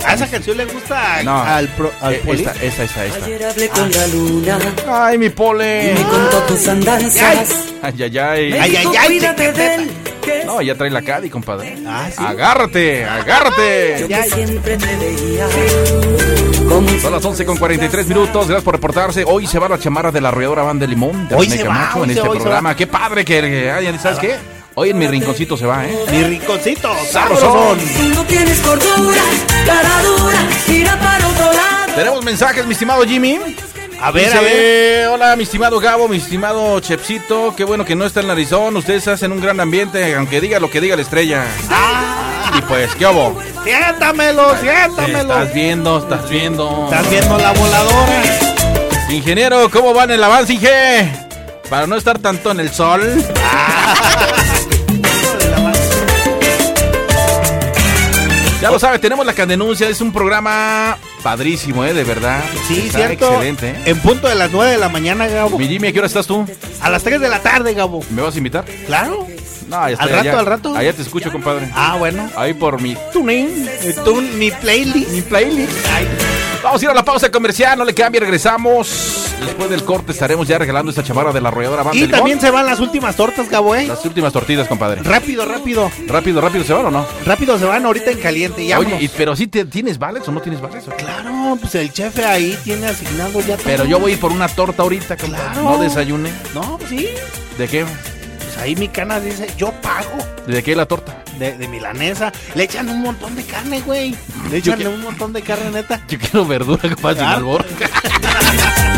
Speaker 3: A esa canción le gusta a-
Speaker 2: No.
Speaker 3: al, pro, al
Speaker 2: Eh,
Speaker 3: poli.
Speaker 2: esta, esta, esta, esta.
Speaker 3: Ayer
Speaker 6: hablé con la luna.
Speaker 2: Ay, mi pole.
Speaker 6: Me contó tus andanzas.
Speaker 2: Ay, ay, ay.
Speaker 6: Ay, ay, ay. Cuídate de él. Ah,
Speaker 2: No, ya trae la Cadi, compadre. Agárrate, agárrate.
Speaker 6: Yo que siempre te veía.
Speaker 2: Son las 11 con 43 minutos. Gracias por reportarse. Hoy se va la chamarra de la arrolladora Van de Limón. De
Speaker 3: Hoy
Speaker 2: René
Speaker 3: se va,
Speaker 2: Camacho
Speaker 3: hoy
Speaker 2: en
Speaker 3: se
Speaker 2: este
Speaker 3: va, hoy se
Speaker 2: programa.
Speaker 3: va.
Speaker 2: Qué padre que. que- ay, ¿Sabes qué? Hoy en mi rinconcito se va, ¿eh?
Speaker 3: Mi rinconcito,
Speaker 2: Sabrosón.
Speaker 3: sabrosón.
Speaker 6: Tú no tienes cordura, cara dura, mira para otro lado.
Speaker 2: Tenemos mensajes, mi estimado Jimmy.
Speaker 3: Pues, A ver,
Speaker 2: Dice,
Speaker 3: a ver.
Speaker 2: Hola, mi estimado Gabo, mi estimado Chepsito. Qué bueno que no está el narizón. Ustedes hacen un gran ambiente, aunque diga lo que diga la estrella.
Speaker 3: Ah.
Speaker 2: Y pues, ¿qué hubo?
Speaker 3: Siéntamelo, siéntamelo.
Speaker 2: Estás viendo, estás viendo.
Speaker 3: Estás viendo la voladora.
Speaker 2: Ingeniero, ¿cómo van el avance, Inge? Para no estar tanto en el sol. Ya lo sabe, tenemos la candenuncia. Es un programa padrísimo, ¿eh? De verdad.
Speaker 3: Sí,
Speaker 2: Está
Speaker 3: cierto.
Speaker 2: Excelente, ¿eh?
Speaker 3: En punto de las 9 de la mañana, Gabo.
Speaker 2: Mi Jimmy, ¿a qué hora estás tú?
Speaker 3: A las 3 de la tarde, Gabo.
Speaker 2: ¿Me vas a invitar?
Speaker 3: Claro.
Speaker 2: No, ya está,
Speaker 3: Al rato,
Speaker 2: allá.
Speaker 3: al rato.
Speaker 2: Allá te escucho, compadre.
Speaker 3: Ah, bueno.
Speaker 2: Ahí por mi
Speaker 3: Tuning. Mi playlist.
Speaker 2: Mi playlist. Vamos a ir a la pausa comercial, no le cambie, regresamos. Después del corte estaremos ya regalando esta chamarra de la arrolladora banda.
Speaker 3: Y
Speaker 2: Limón.
Speaker 3: también se van las últimas tortas, Gabo, ¿eh?
Speaker 2: Las últimas tortillas, compadre.
Speaker 3: Rápido, rápido.
Speaker 2: Rápido, rápido, ¿se van o no?
Speaker 3: Rápido se van ahorita en caliente. Ya
Speaker 2: Oye,
Speaker 3: vámonos.
Speaker 2: y- pero si te, tienes vales o no tienes vales. ¿o qué?
Speaker 3: Claro, pues el chefe ahí tiene asignado ya todo.
Speaker 2: Pero yo voy a ir por una torta ahorita, compadre.
Speaker 3: Claro.
Speaker 2: No desayune.
Speaker 3: No, pues sí.
Speaker 2: ¿De qué?
Speaker 3: Pues ahí mi cana dice, yo pago.
Speaker 2: ¿De qué la torta?
Speaker 3: De, de milanesa. Le echan un montón de carne, güey. Le
Speaker 2: Yo
Speaker 3: echan
Speaker 2: que-
Speaker 3: un montón de carne, neta.
Speaker 2: Yo quiero verdura, compadre, sin
Speaker 3: Ah.
Speaker 2: albor.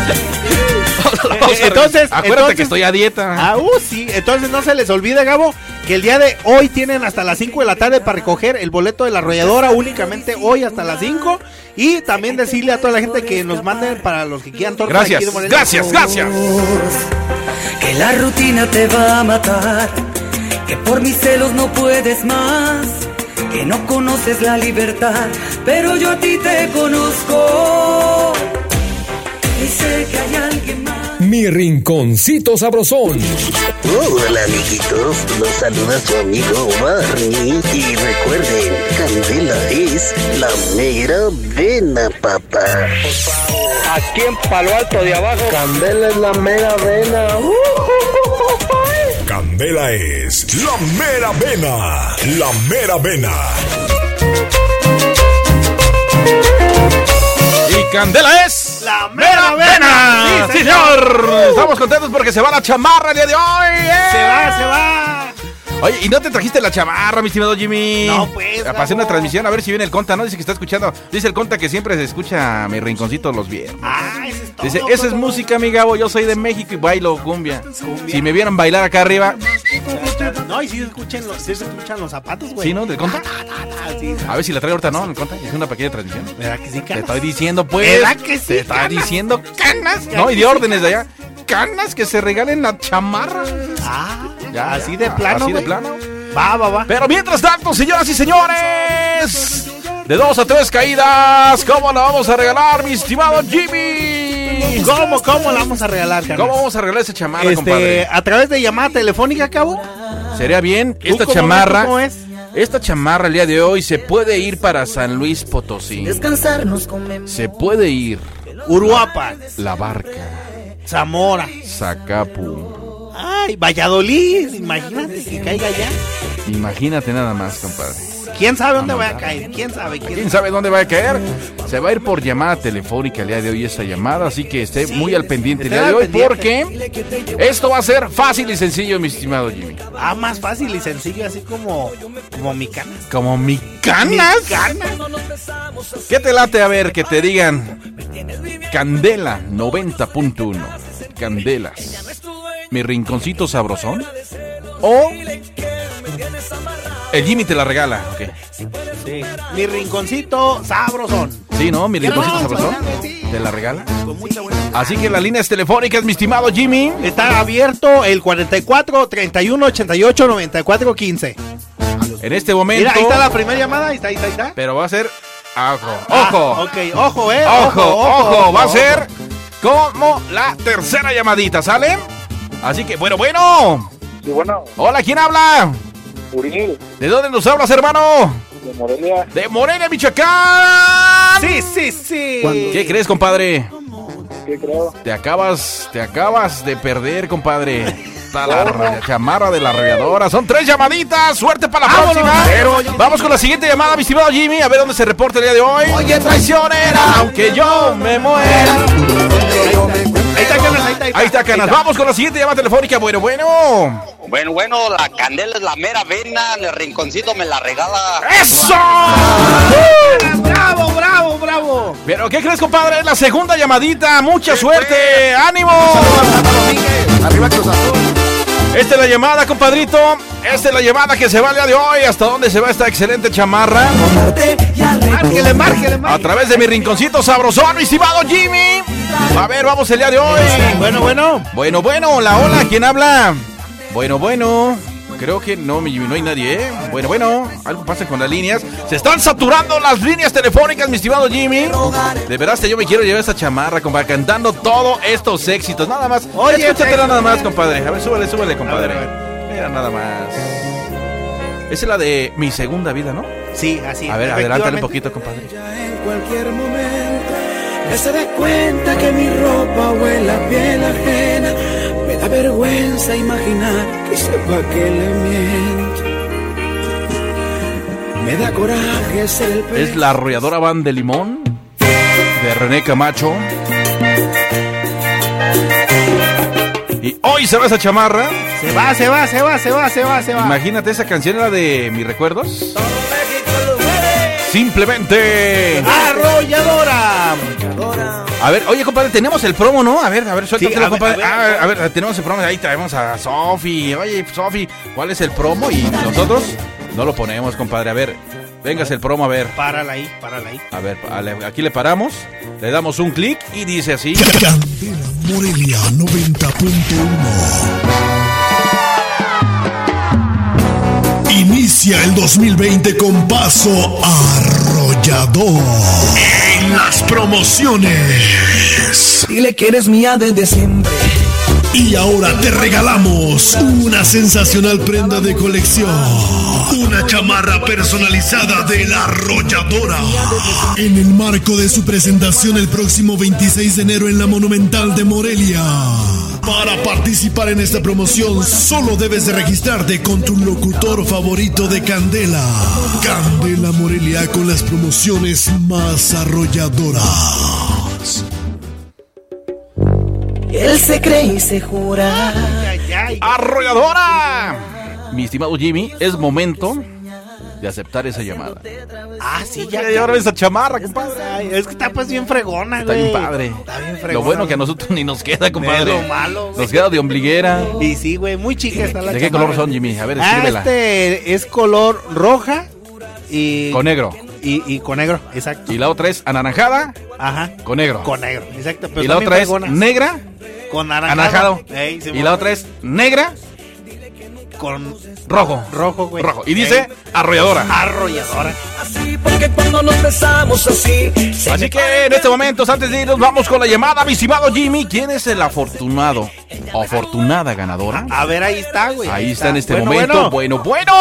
Speaker 3: Eh, entonces,
Speaker 2: Acuérdate
Speaker 3: entonces-
Speaker 2: que estoy a dieta.
Speaker 3: Ah, uh, sí. Entonces no se les olvide, Gabo, que el día de hoy tienen hasta las 5 de la tarde para recoger el boleto de la arrolladora únicamente hoy hasta las 5. Y también decirle a toda la gente que nos manden para los que quieran torta
Speaker 2: Gracias,
Speaker 3: aquí de Morelia.
Speaker 2: gracias, gracias.
Speaker 15: Que la rutina te va a matar, que por mis celos no puedes más, que no conoces la libertad, pero yo a ti te conozco. Y sé que hay alguien más.
Speaker 16: Mi rinconcito sabrosón.
Speaker 17: Hola amiguitos, los saluda su amigo Barry y recuerden, Candela es la mera vena, papá. Aquí en Palo Alto de abajo. Candela es la mera vena.
Speaker 1: Candela es la mera vena. La mera vena.
Speaker 2: Y Candela es
Speaker 3: la mera
Speaker 6: Ah,
Speaker 3: vena.
Speaker 2: Sí, señor. Estamos contentos porque se va la chamarra el día de hoy.
Speaker 3: Se va, se va.
Speaker 2: Oye, ¿y no te trajiste la chamarra, mi estimado Jimmy?
Speaker 3: No, pues,
Speaker 2: A pasar una
Speaker 3: Gabo.
Speaker 2: transmisión, a ver si viene el conta, ¿no? Dice que está escuchando. Dice el conta que siempre se escucha mi rinconcito los viernes.
Speaker 3: Ah, ese es todo,
Speaker 2: Dice, esa es música, mi Gabo. Yo soy de México y bailo cumbia. Si me vieran bailar acá arriba,
Speaker 3: No, y si se escuchan los, sí se escuchan los zapatos, güey.
Speaker 2: Sí, ¿no? Del conta.
Speaker 3: Ah, ah, ah, sí.
Speaker 2: a ver si la trae ahorita, ¿no? El conta. Es una pequeña transmisión.
Speaker 3: ¿Verdad que sí,
Speaker 2: Te
Speaker 3: canas?
Speaker 2: estoy diciendo, pues.
Speaker 3: ¿Verdad que sí,
Speaker 2: Te estoy
Speaker 3: canas?
Speaker 2: diciendo, canas.
Speaker 3: ¿Verdad
Speaker 2: No, y
Speaker 3: que
Speaker 2: de
Speaker 3: sí,
Speaker 2: órdenes de
Speaker 3: canas?
Speaker 2: allá. Canas que se regalen la chamarra.
Speaker 3: Ah,
Speaker 2: Ya,
Speaker 3: así
Speaker 2: ya,
Speaker 3: de plano,
Speaker 2: Así de
Speaker 3: güey.
Speaker 2: plano.
Speaker 3: Va, va, va.
Speaker 2: Pero mientras tanto, señoras y señores, de dos a tres caídas, ¿cómo la vamos a regalar, mi estimado Jimmy?
Speaker 3: ¿Cómo, cómo la vamos a regalar, carnal?
Speaker 2: ¿Cómo vamos a regalar esa chamarra,
Speaker 3: Este,
Speaker 2: compadre?
Speaker 3: a través de llamada telefónica, cabo.
Speaker 2: Sería bien,
Speaker 3: ¿Tú
Speaker 2: esta
Speaker 3: cómo ves,
Speaker 2: chamarra,
Speaker 3: tú cómo es?
Speaker 2: esta chamarra el día de hoy se puede ir para San Luis Potosí.
Speaker 15: Descansarnos con
Speaker 2: Se puede ir
Speaker 3: Uruapa,
Speaker 2: La Barca,
Speaker 3: Zamora.
Speaker 2: Zacapu.
Speaker 3: Ay, Valladolid, imagínate que caiga allá.
Speaker 2: Imagínate nada más, compadre.
Speaker 3: ¿Quién sabe dónde
Speaker 2: Vamos,
Speaker 3: va a caer? ¿Quién sabe?
Speaker 2: ¿Quién sabe dónde va a caer? Se va a ir por llamada telefónica el día de hoy esa llamada, así que esté muy al pendiente el día de hoy porque esto va a ser fácil y sencillo, mi estimado Jimmy.
Speaker 3: Ah, más fácil y sencillo, así como, como mi canas.
Speaker 2: Como mi canas.
Speaker 3: Mi canas.
Speaker 2: ¿Qué te late a ver que te digan Candela 90.1? Candelas. Mi rinconcito sabrosón. O el Jimmy te la regala. ok.
Speaker 3: Mi rinconcito sabrosón.
Speaker 2: Sí, ¿no? Mi rinconcito sabrosón. ¿Te la regala? Así que las líneas telefónicas, mi estimado Jimmy.
Speaker 3: Está abierto el 44 31 88 94 15.
Speaker 2: En este momento.
Speaker 3: Mira, ahí está la primera llamada, ahí está, ahí está, ahí está.
Speaker 2: Pero va a ser. Ojo,
Speaker 3: Ah,
Speaker 2: ojo.
Speaker 3: ok, ojo, eh.
Speaker 2: Ojo, ojo, va a
Speaker 3: ojo.
Speaker 2: ser como la tercera llamadita, ¿sale? Así que, bueno, bueno.
Speaker 18: Sí, bueno,
Speaker 2: Hola, ¿quién habla?
Speaker 18: Uriel,
Speaker 2: ¿De dónde nos hablas, hermano?
Speaker 18: de Morelia.
Speaker 2: De Morelia, Michoacán.
Speaker 3: Sí, sí, sí.
Speaker 2: ¿Qué crees, compadre?
Speaker 18: ¿Qué creo?
Speaker 2: Te acabas, te acabas de perder, compadre. Está la ra- chamarra de la arrolladora. Son tres llamaditas. Suerte para la próxima. Vamos con la siguiente llamada, mi estimado Jimmy. A ver dónde se reporta el día de hoy. Oye, traicionera. Aunque yo me muera. Ahí está Canas, ahí está, Canas. Vamos con la siguiente llamada telefónica. Bueno, bueno.
Speaker 9: Bueno, bueno, la candela es la mera vena, en el rinconcito me la regala.
Speaker 2: ¡Eso!
Speaker 3: ¡Bravo, bravo, bravo!
Speaker 2: Pero ¿qué crees, compadre? Es la segunda llamadita. Mucha suerte. ¡Ánimo! Arriba Cruz Esta es la llamada, compadrito. Esta es la llamada que se va el día de hoy. ¿Hasta dónde se va esta excelente chamarra?
Speaker 3: Márquele, márquele,
Speaker 2: A través de mi rinconcito sabrosón, mi estimado Jimmy. A ver, vamos el día de hoy.
Speaker 3: Bueno, bueno.
Speaker 2: Bueno, bueno, hola, hola, ¿quién habla? Bueno, bueno. Creo que no, mi Jimmy, no hay nadie, ¿eh? Bueno, bueno, algo pasa con las líneas. Se están saturando las líneas telefónicas, mi estimado Jimmy. De veras que yo me quiero llevar esta chamarra, compadre, cantando todos estos éxitos. Nada más. Oye, escúchatela nada más, compadre. A ver, súbele, súbele, compadre. Mira, nada más. Esa es la de mi segunda vida, ¿no?
Speaker 3: Sí, así.
Speaker 2: A ver,
Speaker 3: efectivamente.
Speaker 2: adelántale un poquito, compadre.
Speaker 15: cualquier momento.
Speaker 5: Ya se da cuenta que mi ropa huele a piel ajena. Me da vergüenza imaginar que sepa que le miento. Me da coraje ser el pe-
Speaker 2: Es la arrolladora Van de Limón de René Camacho. Y hoy se va esa chamarra.
Speaker 3: Se va, se va, se va, se va, se va, se va.
Speaker 2: Imagínate esa canción era de mis recuerdos. Simplemente.
Speaker 3: Arrolladora.
Speaker 2: A ver, oye, compadre, tenemos el promo, ¿no? A ver, a ver, suéltatelo,
Speaker 3: Sí, a ver,
Speaker 2: compadre.
Speaker 3: a
Speaker 2: Ah, A ver, tenemos el promo. Ahí traemos a Sofi. Oye, Sofi, ¿cuál es el promo? Y nosotros no lo ponemos, compadre. A ver, vengas el promo, a ver.
Speaker 3: Párala ahí, párala ahí.
Speaker 2: A ver, a- le- aquí le paramos, le damos un clic y dice así.
Speaker 19: Candela Morelia 90.1. Inicia el 2020 con paso arrollador en las promociones. Dile que eres mía desde siempre. Y ahora te regalamos una sensacional prenda de colección. Una chamarra personalizada de la arrolladora. En el marco de su presentación el próximo 26 de enero en la Monumental de Morelia. Para participar en esta promoción solo debes de registrarte con tu locutor favorito de Candela. Candela Morelia con las promociones más arrolladoras.
Speaker 5: Él se cree y se jura.
Speaker 2: Ah, ¡Arrolladora! Mi estimado Jimmy, es momento de aceptar esa llamada.
Speaker 3: Ah, sí, ya.
Speaker 2: Y ahora esa chamarra, compadre.
Speaker 3: Ay, es que está pues bien fregona,
Speaker 2: Está
Speaker 3: güey.
Speaker 2: bien padre.
Speaker 3: Está bien fregona.
Speaker 2: Lo bueno que a nosotros ni nos queda, compadre.
Speaker 3: lo malo, güey.
Speaker 2: Nos queda de ombliguera.
Speaker 3: Y sí, güey, muy chica está la
Speaker 2: ¿De qué
Speaker 3: chamarra.
Speaker 2: color son, Jimmy? A ver,
Speaker 3: Ah,
Speaker 2: escríbela.
Speaker 3: este es color roja y...
Speaker 2: Con negro.
Speaker 3: Y, y con negro, exacto.
Speaker 2: Y la otra es anaranjada.
Speaker 3: Ajá.
Speaker 2: Con negro.
Speaker 3: Con negro, exacto. pero
Speaker 2: y la
Speaker 3: están bien
Speaker 2: otra es
Speaker 3: fregonas.
Speaker 2: negra.
Speaker 3: Con
Speaker 2: Anaranjado.
Speaker 3: naranjado. Ey,
Speaker 2: y
Speaker 3: Simón.
Speaker 2: la otra es negra.
Speaker 3: Con
Speaker 2: rojo.
Speaker 3: Rojo, güey.
Speaker 2: Rojo. Y dice arrolladora.
Speaker 3: Arrolladora.
Speaker 5: Porque cuando nos besamos así,
Speaker 2: Así que en este momento, antes de irnos, vamos con la llamada, mi estimado Jimmy. ¿Quién es el afortunado o afortunada ganadora?
Speaker 3: A ver, ahí está, güey.
Speaker 2: Ahí está en este
Speaker 3: Bueno,
Speaker 2: momento. Bueno, bueno.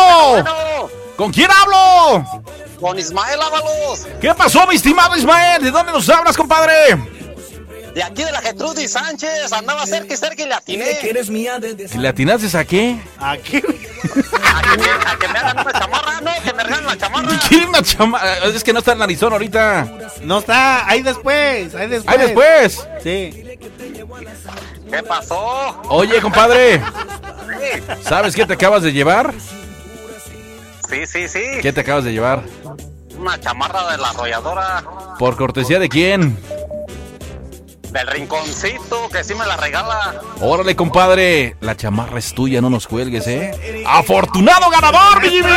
Speaker 2: ¿Con quién hablo?
Speaker 9: Con Ismael Ábalos,
Speaker 2: ¿Qué pasó, mi estimado Ismael? ¿De dónde nos hablas, compadre?
Speaker 9: de aquí de la Gertrudis Sánchez, andaba cerca y cerca y le atiné. que eres mía desde
Speaker 2: ¿Le atinaste a qué?
Speaker 3: ¿A qué?
Speaker 9: a que me hagan una chamarra, no, que me regalen la chamarra.
Speaker 2: ¿Quiere una chamarra? Es que no está en Arizona ahorita.
Speaker 3: No está, ahí después, ahí después.
Speaker 2: ¡Ahí después!
Speaker 3: Sí.
Speaker 9: ¿Qué pasó?
Speaker 2: Oye, compadre, ¿sabes qué te acabas de llevar?
Speaker 9: Sí, sí, sí.
Speaker 2: ¿Qué te acabas de llevar?
Speaker 9: Una chamarra de la arrolladora
Speaker 2: ¿Por cortesía de quién?
Speaker 9: del rinconcito, que sí me la regala.
Speaker 2: Órale, compadre, la chamarra es tuya, no nos cuelgues, ¿eh? ¡Afortunado ganador, mi Jimmy!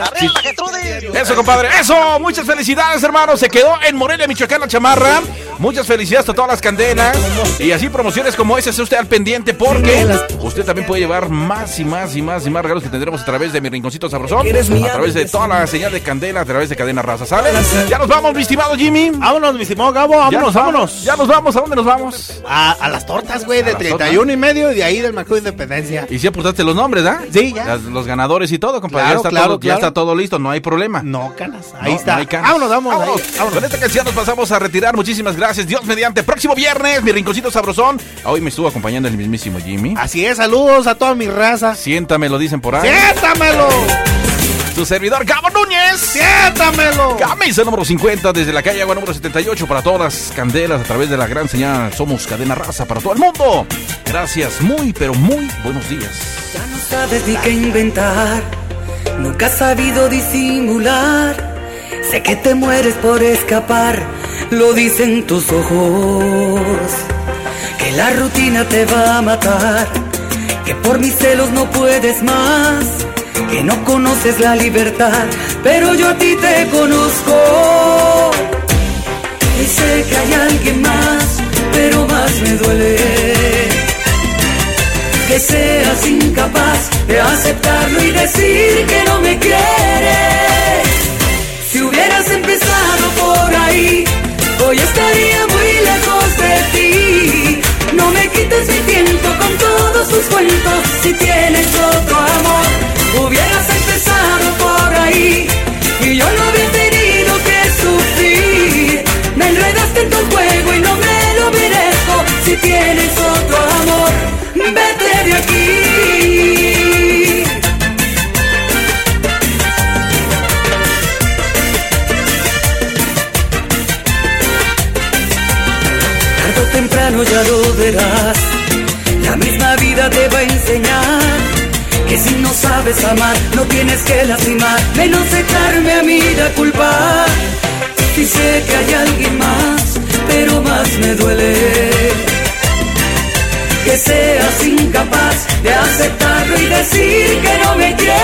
Speaker 9: ¡Arriba, Gertrudis!
Speaker 2: Eso, compadre, eso. Muchas felicidades, hermano. Se quedó en Morelia, Michoacán, la chamarra. Muchas felicidades a todas las candelas. Y así promociones como esa, esté usted al pendiente porque usted también puede llevar más y más y más y más regalos que tendremos a través de mi rinconcito sabrosón. A través de toda la señal de candela, a través de cadena raza, ¿sale? Ya nos vamos, mi estimado Jimmy.
Speaker 3: Vámonos, mi estimado Gabo,
Speaker 2: Ya nos
Speaker 3: vámonos,
Speaker 2: vamos,
Speaker 3: vámonos.
Speaker 2: Ya nos vamos, ¿a dónde nos vamos?
Speaker 3: A, a las tortas, güey, de
Speaker 2: las
Speaker 3: 31 y medio y de ahí del Mercado de Independencia.
Speaker 2: Y si apuntaste los nombres, ¿ah?
Speaker 3: Sí, ya.
Speaker 2: Las- los ganadores y todo, compadre. ya,
Speaker 3: Claro,
Speaker 2: está
Speaker 3: claro,
Speaker 2: todo, ya
Speaker 3: claro.
Speaker 2: está todo listo, no hay problema.
Speaker 3: No, canas.
Speaker 2: No,
Speaker 3: Ahí
Speaker 2: no
Speaker 3: está.
Speaker 2: hay canas.
Speaker 3: vámonos, vámonos.
Speaker 2: Vámonos.
Speaker 3: ahí, vámonos.
Speaker 2: Con esta canción nos pasamos a retirar. Muchísimas gracias. Dios mediante. Próximo viernes, mi rinconcito sabrosón. Hoy me estuvo acompañando el mismísimo Jimmy.
Speaker 3: Así es, saludos a toda mi raza.
Speaker 2: Siéntame, lo dicen por ahí.
Speaker 3: ¡Siéntamelo!
Speaker 2: Tu servidor, Gabo Núñez.
Speaker 3: ¡Siéntamelo!
Speaker 2: Camisa número 50 desde la calle Agua número 78 para todas las candelas a través de la gran señal. Somos cadena raza para todo el mundo. Gracias, muy, pero muy buenos días.
Speaker 15: No sabes ni qué inventar, nunca has sabido disimular. Sé que te mueres por escapar, lo dicen tus ojos. Que la rutina te va a matar, que por mis celos no puedes más, que no conoces la libertad, pero yo a ti te conozco. Y sé que hay alguien más, pero más me duele que seas incapaz de aceptarlo y decir que no me quieres. Si hubieras empezado por ahí, hoy estaría muy lejos de ti. No me quites mi tiempo con todos tus cuentos. Si tienes otro amor, hubieras empezado por ahí y yo no habría tenido que sufrir. o temprano ya lo verás. La misma vida te va a enseñar que si no sabes amar, no tienes que lastimar, menos echarme a mí la culpa. Si sé que hay alguien más, pero más me duele que seas incapaz de aceptarlo y decir que no me quieres.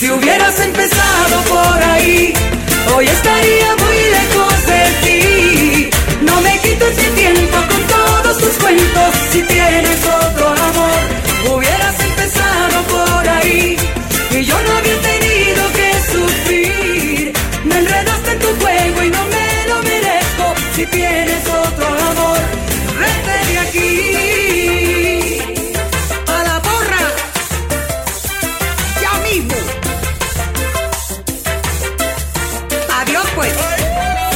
Speaker 15: Si hubieras empezado por ahí, hoy estaría muy lejos de ti. No me quites mi tiempo con todos tus cuentos. Si tienes otro amor, hubieras empezado por ahí. Y yo no había tenido que sufrir. Me enredaste en tu juego y no me lo merezco. Si tienes otro amor, vete de aquí. A la borra, ya mismo. Adiós pues. Si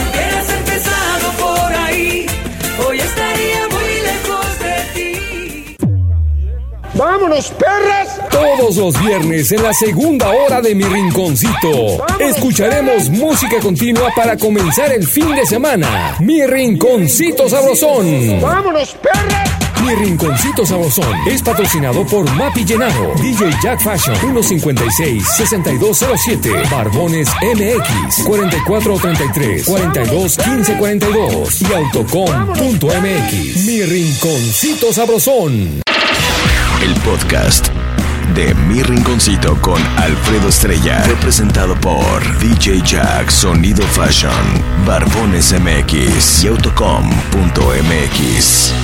Speaker 15: hubieras empezado por ahí, hoy estaría muy lejos de ti.
Speaker 16: ¡Vámonos, perras! Todos los viernes en la segunda hora de mi rinconcito, escucharemos música continua para comenzar el fin de semana. Mi rinconcito sabrosón.
Speaker 20: ¡Vámonos, perra!
Speaker 16: Mi Rinconcito Sabrosón es patrocinado por Mapi Llenado, DJ Jack Fashion 156-6207, Barbones MX 4433-421542 y autocom.mx. Mi Rinconcito Sabrosón.
Speaker 1: El podcast de Mi Rinconcito con Alfredo Estrella fue presentado por DJ Jack Sonido Fashion, Barbones MX y Autocom.mx.